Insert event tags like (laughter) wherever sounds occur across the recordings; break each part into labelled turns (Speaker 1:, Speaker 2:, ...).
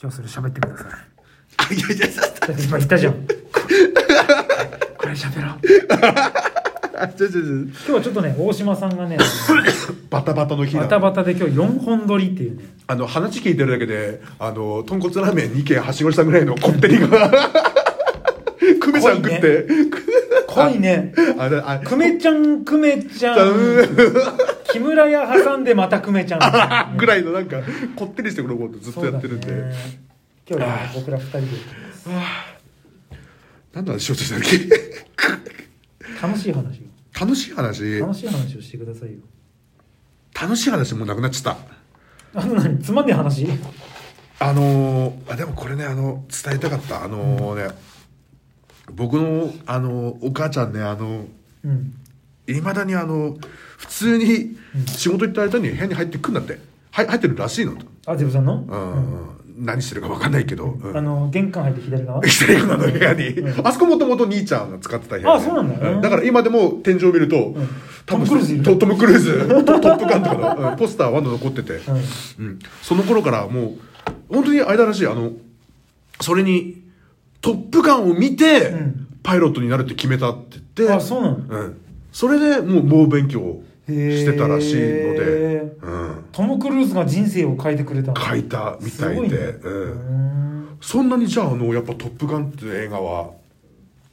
Speaker 1: 今日それ喋ってください
Speaker 2: あいやいやさ
Speaker 1: だって今言ったじゃんこれ喋ろう
Speaker 2: あちょちょち
Speaker 1: 今日はちょっとね大島さんがね
Speaker 2: ょバタバタの日
Speaker 1: バ
Speaker 2: だ
Speaker 1: タバタで今日4本撮りっていうね
Speaker 2: あの話聞いてるだけであの豚骨ラーメン2軒はしごしたぐらいのこってりが久米ちゃん食って、
Speaker 1: 濃いね
Speaker 2: あれあ
Speaker 1: 久米ちゃん久米ちゃ
Speaker 2: うんん
Speaker 1: 木村屋挟んでまた久米ちゃん
Speaker 2: ぐらいのなんかこってりしてくることずっとやってるんで、
Speaker 1: そうだね今日はね僕ら2人で
Speaker 2: 何の話しようとしたっ
Speaker 1: 楽しい話を
Speaker 2: け楽しい話
Speaker 1: 楽しい話をしてくださいよ
Speaker 2: 楽しい話もうなくなっちゃっ
Speaker 1: あの何つまんねえ話
Speaker 2: たあのーあでもこれねあの伝えたかったあのーね、僕のあのお母ちゃんねあの
Speaker 1: うん
Speaker 2: いまだにあの普通に仕事行った間に部屋に入ってくんだって、はい、入ってるらしいのと、
Speaker 1: あゼブさんの、
Speaker 2: うん何してるか分かんないけど、う
Speaker 1: あ
Speaker 2: ん、
Speaker 1: の玄関入って左側
Speaker 2: 左側の部屋に、
Speaker 1: うん
Speaker 2: あそこもともと兄ちゃんが使ってた部屋
Speaker 1: あ
Speaker 2: で
Speaker 1: そうなんだ
Speaker 2: うだから今でも天井見ると、
Speaker 1: ん
Speaker 2: 多分
Speaker 1: トムクルーズいる
Speaker 2: トトム・クルーズトトップガンとかの、うんポスターは残ってて、
Speaker 1: うん
Speaker 2: うん、その頃からもう本当に間らしいあのそれに「トップガン」を見て、
Speaker 1: うん
Speaker 2: パイロットになるって決めたって言って
Speaker 1: あそうなの
Speaker 2: うん、それでもう猛勉強してたらしいので、
Speaker 1: へ
Speaker 2: うん、
Speaker 1: トム・クルーズが人生を変えてくれた
Speaker 2: 書いたみた
Speaker 1: す
Speaker 2: いで、
Speaker 1: ごいね
Speaker 2: うん、
Speaker 1: うん
Speaker 2: そんなにじゃああのやっぱ「トップガン」って映画は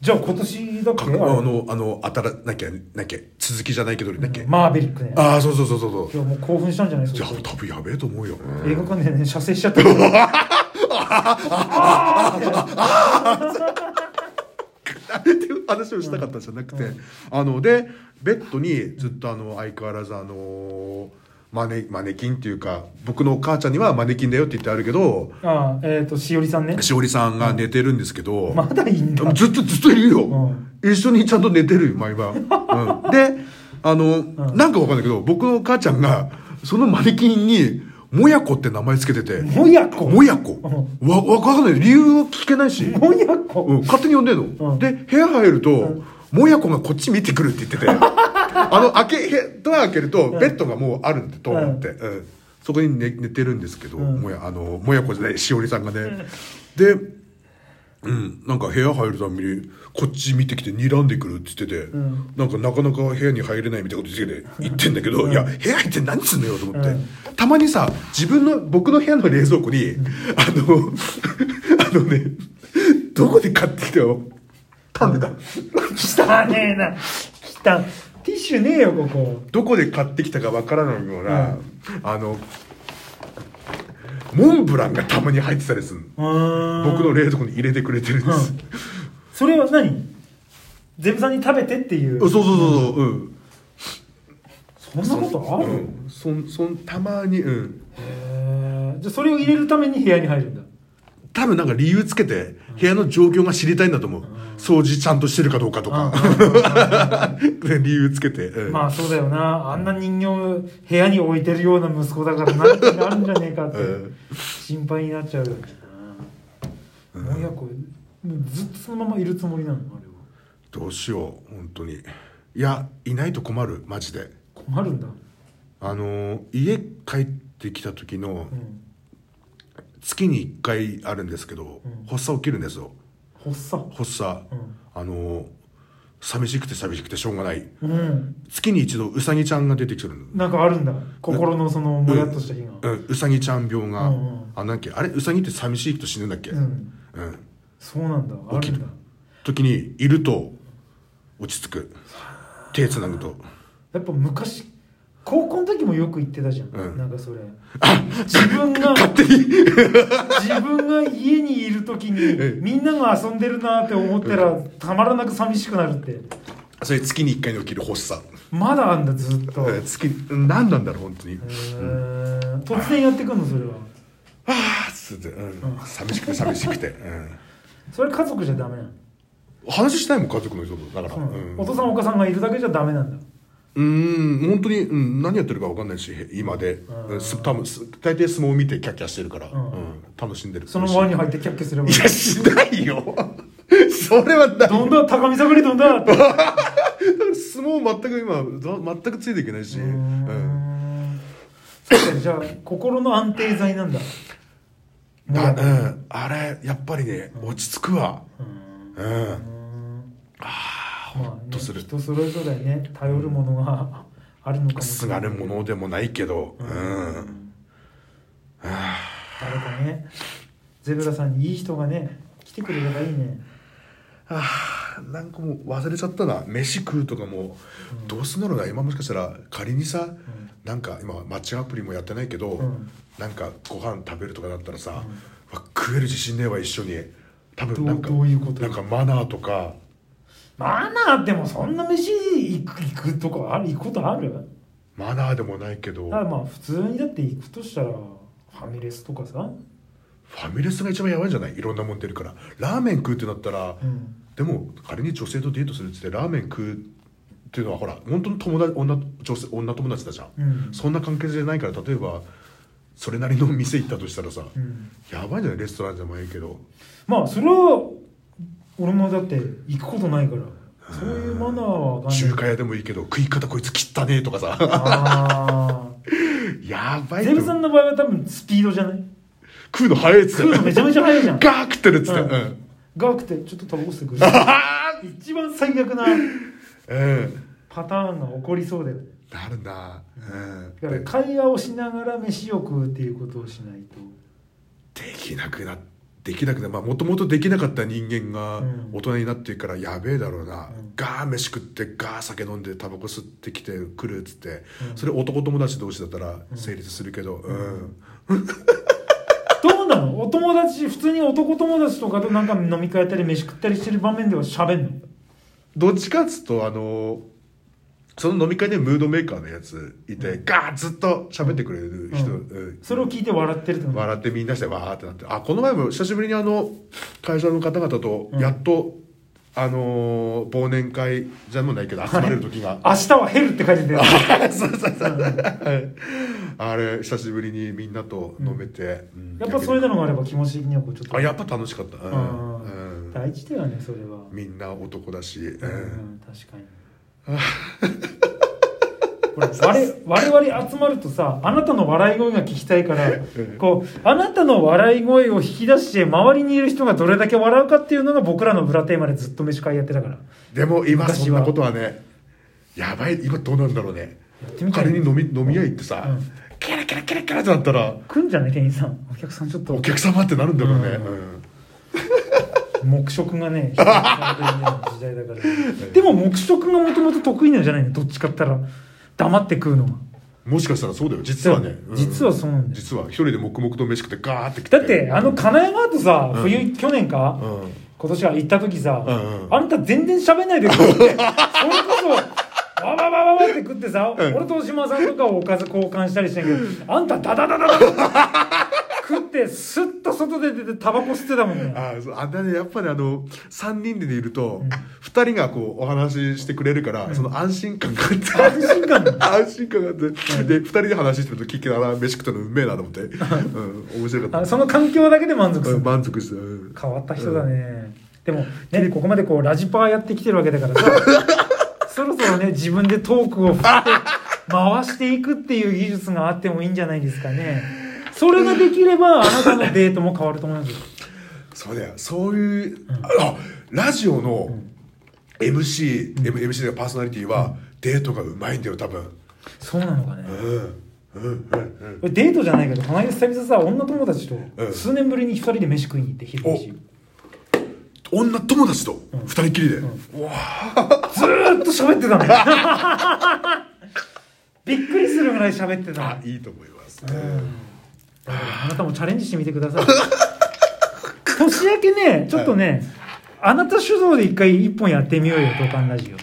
Speaker 1: じゃあ今年だっけ
Speaker 2: か
Speaker 1: あ
Speaker 2: っこ
Speaker 1: れ
Speaker 2: あのあの当たらなきゃなきゃ続きじゃないけどなきゃ、
Speaker 1: マーベリックね
Speaker 2: ああそうそうそうそうそう
Speaker 1: 今日もう興奮したんじゃないです
Speaker 2: じゃ
Speaker 1: か
Speaker 2: あ多分やべえと思うよ、うん
Speaker 1: 映画館でね射精しちゃったから
Speaker 2: っていう話をしたかったじゃなくて、あのでベッドにずっとあの相変わらずあのマネマネキンっていうか僕のお母ちゃんにはマネキンだよって言ってあるけど
Speaker 1: あえっ、としおりさんね
Speaker 2: しおりさんが寝てるんですけど、
Speaker 1: まだいいんだ
Speaker 2: ずっとずっといるよ、
Speaker 1: ん
Speaker 2: 一緒にちゃんと寝てるよ毎晩、 (laughs) うん、であの、なんかわかんないけど僕のお母ちゃんがそのマネキンにもやこって名前つけてて
Speaker 1: もやこ
Speaker 2: もやこ、わわかんない理由を聞けないし
Speaker 1: もやこ、
Speaker 2: うん、勝手に呼んでんの、
Speaker 1: うん
Speaker 2: で部屋入ると、もやこがこっち見てくるって言っててあの開けへドア開けると、ベッドがもうあるんでと思って、うんそこに寝寝てるんですけど、もやあのもやこじゃないしおりさんがね、でうん、なんか部屋入るたびにこっち見てきて睨んでくるって言ってて、なんかなかなか部屋に入れないみたいなこと言ってきて言ってんだけど、いや部屋入って何すんのよと思って、たまにさ自分の僕の部屋の冷蔵庫に、あのあのねどこで買ってきたよたんでた、
Speaker 1: 汚
Speaker 2: (laughs)
Speaker 1: ねえな汚ティッシュねえよここ
Speaker 2: どこで買ってきたかわからないような、あのモンブランがたまに入ってたりするの
Speaker 1: うーん
Speaker 2: 僕の冷蔵庫に入れてくれてるんです、
Speaker 1: うんそれは何ゼブさんに食べてっていう
Speaker 2: そうそうそうそううん
Speaker 1: そんなことある、
Speaker 2: うん、そんそんたまにうん
Speaker 1: へえじゃあそれを入れるために部屋に入るんだ
Speaker 2: 多分なんか理由つけて部屋の状況が知りたいんだと思う、掃除ちゃんとしてるかどうかとか、 (laughs) で理由つけて、うん
Speaker 1: (laughs) まあそうだよなあんな人形を部屋に置いてるような息子だから何かなるんじゃねえかって
Speaker 2: うん
Speaker 1: 心配になっちゃうよね、親子もうずっとそのままいるつもりなのあれは
Speaker 2: どうしよう本当にいやいないと困るマジで
Speaker 1: 困るんだ、
Speaker 2: あのー家帰ってきた時の
Speaker 1: うん、
Speaker 2: 月に1回あるんですけど、
Speaker 1: ん
Speaker 2: 発作起きるんですよ
Speaker 1: 発作
Speaker 2: 発作、
Speaker 1: うん
Speaker 2: あのー寂しくて寂しくてしょうがない
Speaker 1: うん
Speaker 2: 月に一度うさぎちゃんが出てくるの
Speaker 1: なんかあるんだ心のそのもやっとした日が
Speaker 2: うん、うさぎちゃん病が、
Speaker 1: うんうん
Speaker 2: あなんだっけあれうさぎって寂しいと死ぬんだっけ、
Speaker 1: うん、
Speaker 2: うん
Speaker 1: そうなんだあ
Speaker 2: 起
Speaker 1: る
Speaker 2: き
Speaker 1: ん
Speaker 2: る
Speaker 1: だ
Speaker 2: 時にいると落ち着く手つな
Speaker 1: (laughs)
Speaker 2: ぐと
Speaker 1: やっぱ昔高校の時もよく言ってたじゃん、
Speaker 2: うん
Speaker 1: なんかそれ自分
Speaker 2: (laughs)
Speaker 1: が
Speaker 2: 勝手に
Speaker 1: 自分が家にいる時にみんなが遊んでるなって思ったらたまらなく寂しくなるって
Speaker 2: それ月に1回に起きる発作
Speaker 1: まだあんだずっと、
Speaker 2: うん月うん何なんだろう本当に、
Speaker 1: えー突然やってくんのそれは
Speaker 2: ああつって、うん、寂しくて寂しくて、うん
Speaker 1: それ家族じゃダメなの、
Speaker 2: 話したいもん家族の人とだから
Speaker 1: う
Speaker 2: うんん
Speaker 1: お父さんお母さんがいるだけじゃダメなんだ
Speaker 2: うん本当に、うん、何やってるか分かんないし今で、うん、す多分す大抵相撲を見てキャッキャしてるから、うん楽しんでる
Speaker 1: その輪に入ってキャッキャすればいい
Speaker 2: いやしないよ (laughs) それはない
Speaker 1: どんだ高見盛りどんだってう
Speaker 2: 相撲全く今ざ全くついていけないし、
Speaker 1: ー
Speaker 2: うん
Speaker 1: んそうかじゃあ心の安定剤なんだ
Speaker 2: あうん、あれやっぱりね落ち着くわ
Speaker 1: うん
Speaker 2: うん、ああ
Speaker 1: ま
Speaker 2: ほ
Speaker 1: あね
Speaker 2: っとする、
Speaker 1: 人それぞれね頼るものがあるのかもし
Speaker 2: す
Speaker 1: れな
Speaker 2: が
Speaker 1: い
Speaker 2: るものでもないけどうん、
Speaker 1: 誰かねゼブラさんにいい人がね来てくれればいいね
Speaker 2: あーなんかもう忘れちゃったな飯食うとかもどうすんだろうな今もしかしたら仮にさ、なんか今マッチングアプリもやってないけど、
Speaker 1: ん
Speaker 2: なんかご飯食べるとかだったらさ、わ食える自信ねえわ一緒に多分なんか
Speaker 1: どうどういうこと
Speaker 2: なんかマナーとか
Speaker 1: マナーでもそんな飯行く行くとかある行くことある
Speaker 2: マナーでもないけど
Speaker 1: ただまあ普通にだって行くとしたらファミレスとかさ、
Speaker 2: ファミレスが一番やばいんじゃないいろんなもん出るからラーメン食うってなったら、
Speaker 1: うん、
Speaker 2: でも仮に女性とデートするっつってラーメン食うっていうのはほら本当の友達女女性女友達だじゃん、
Speaker 1: うん
Speaker 2: そんな関係じゃないから例えばそれなりの店行ったとしたらさ、
Speaker 1: うん
Speaker 2: やばいじゃないレストランでもいいけど
Speaker 1: まあそれは俺もだって行くことないからそういうマナーは分かんない
Speaker 2: 中華屋でもいいけど食い方こいつ汚ねえとか
Speaker 1: (laughs)
Speaker 2: さ
Speaker 1: あ
Speaker 2: やば
Speaker 1: あ
Speaker 2: い
Speaker 1: ゼブさんの場合は多分スピードじゃない
Speaker 2: 食うの早いっつって
Speaker 1: 食うのめちゃめちゃ早いじゃん
Speaker 2: ガー食ってるっつって
Speaker 1: うん
Speaker 2: うん
Speaker 1: ガークってちょっとタバコ吸ってくる
Speaker 2: あ
Speaker 1: 一番最悪な
Speaker 2: ーうん (laughs)
Speaker 1: パターンが起こりそうだよね
Speaker 2: なるなうん
Speaker 1: だから
Speaker 2: で
Speaker 1: 会話をしながら飯を食うっていうことをしないと
Speaker 2: できなくなできなくなまあもともとできなかった人間が
Speaker 1: うん
Speaker 2: 大人になってからやべえだろうな、
Speaker 1: うん
Speaker 2: ガー飯食ってガー酒飲んでタバコ吸ってきてくるっつって、
Speaker 1: うん
Speaker 2: それ男友達同士だったら成立するけどうん、
Speaker 1: どうなのお友達普通に男友達とかとなんか飲み会やったり飯食ったりしてる場面では喋んの
Speaker 2: どっちかっつうとあのその飲み会でムードメーカーのやついて、ガーずっと喋ってくれる人、
Speaker 1: うん
Speaker 2: うん
Speaker 1: それを聞いて笑ってるってこと
Speaker 2: 笑ってみんなしてわーってなってあこの前も久しぶりにあの会社の方々とやっと、あのー忘年会じゃもないけど集まれる時が
Speaker 1: 明日はヘルって書いてたよ
Speaker 2: そうそうそうあれ久しぶりにみんなと飲めて、うん
Speaker 1: やっぱそういうのがあれば気持ち的にはこうちょっと
Speaker 2: あやっぱ楽しかった、う
Speaker 1: うんん
Speaker 2: うん
Speaker 1: 大事だよねそれは
Speaker 2: みんな男だし、う
Speaker 1: うんん確かにこれ我々我々集まるとさあなたの笑い声が聞きたいからこうあなたの笑い声を引き出して周りにいる人がどれだけ笑うかっていうのが僕らの裏テーマでずっと飯会やってたから
Speaker 2: でも今
Speaker 1: 昔は
Speaker 2: そんなことはねやばい今どうなんだろうね
Speaker 1: やってみたい
Speaker 2: 仮に飲み飲み屋行ってさ、
Speaker 1: うん
Speaker 2: キラキラキラキラってなったら
Speaker 1: 来んじゃない店員さんお客さんちょっと
Speaker 2: お客様ってなるんだろうね、
Speaker 1: うん
Speaker 2: うん
Speaker 1: 黙食が
Speaker 2: (laughs)
Speaker 1: ね必要されてるような時代だからでも黙食がもともと得意なんじゃないのどっちかって言ったら黙って食うのが
Speaker 2: もしかしたらそうだよ実はね、うん
Speaker 1: 実はそうなんだよ
Speaker 2: 実は一人で黙々と飯食ってガーって来て
Speaker 1: だってあの金山とさ
Speaker 2: うん
Speaker 1: 冬、去年か、
Speaker 2: うん
Speaker 1: 今年は行った時さ、
Speaker 2: うんうん
Speaker 1: あんた全然喋んないでくれってそれこそわわわわわって食ってさ、
Speaker 2: うん
Speaker 1: 俺と島さんとかおかず交換したりしてんけどあんたダダダダダダ食ってスッと外で出てタバコ吸ってたもんね
Speaker 2: あーそうあんなねやっぱりあの3人でいると、二2人がこうお話ししてくれるから、その安心感 (laughs) があって
Speaker 1: 安心感だ
Speaker 2: 安心感があって、で2人で話してると聞きながら飯食ったのうめえなと思って、うん、面白か
Speaker 1: あ
Speaker 2: っ
Speaker 1: その環境だけで満足
Speaker 2: た、
Speaker 1: す
Speaker 2: う
Speaker 1: る
Speaker 2: ん、満足した、うん
Speaker 1: 変わった人だね、でもねここまでこうラジパーやってきてるわけだから (laughs) さそろそろね自分でトークを振って回していくっていう技術があってもいいんじゃないですかねそれができればあなたのデートも変わると思いますよ
Speaker 2: そうだよそういう、あラジオの MC、M MC のパーソナリティはデートがうまいんだよ多分
Speaker 1: そうなのかね
Speaker 2: うんうんうん
Speaker 1: 俺デートじゃないけどこの間久々さ女友達と
Speaker 2: ん
Speaker 1: 数年ぶりに二人で飯食いに行って昼飯
Speaker 2: うん女友達と二人きりで、うわ
Speaker 1: ずーっと喋ってたの (laughs) よびっくりするぐらい喋ってたの
Speaker 2: あいいと思います、
Speaker 1: あなたもチャレンジしてみてください。 (laughs) 年明けね、ちょっとね、あなた主導で一回一本やってみようよ、東館ラジ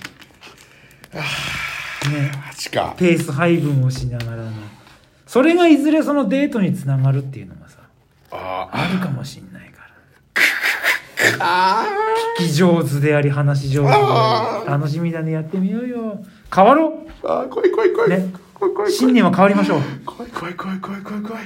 Speaker 1: オ。ね、
Speaker 2: マジか
Speaker 1: ペース配分をしながらの。それがいずれそのデートにつながるっていうのがさ、
Speaker 2: あ
Speaker 1: あるかもしんないから。
Speaker 2: あ
Speaker 1: 聞き上手であり、話し上手であり、楽しみだね、やってみようよ。変わろ
Speaker 2: あー怖い怖い怖
Speaker 1: う
Speaker 2: い、
Speaker 1: ね
Speaker 2: 怖い怖い怖い。
Speaker 1: 新年は変わりましょう。
Speaker 2: 怖い怖い怖い怖い怖い怖い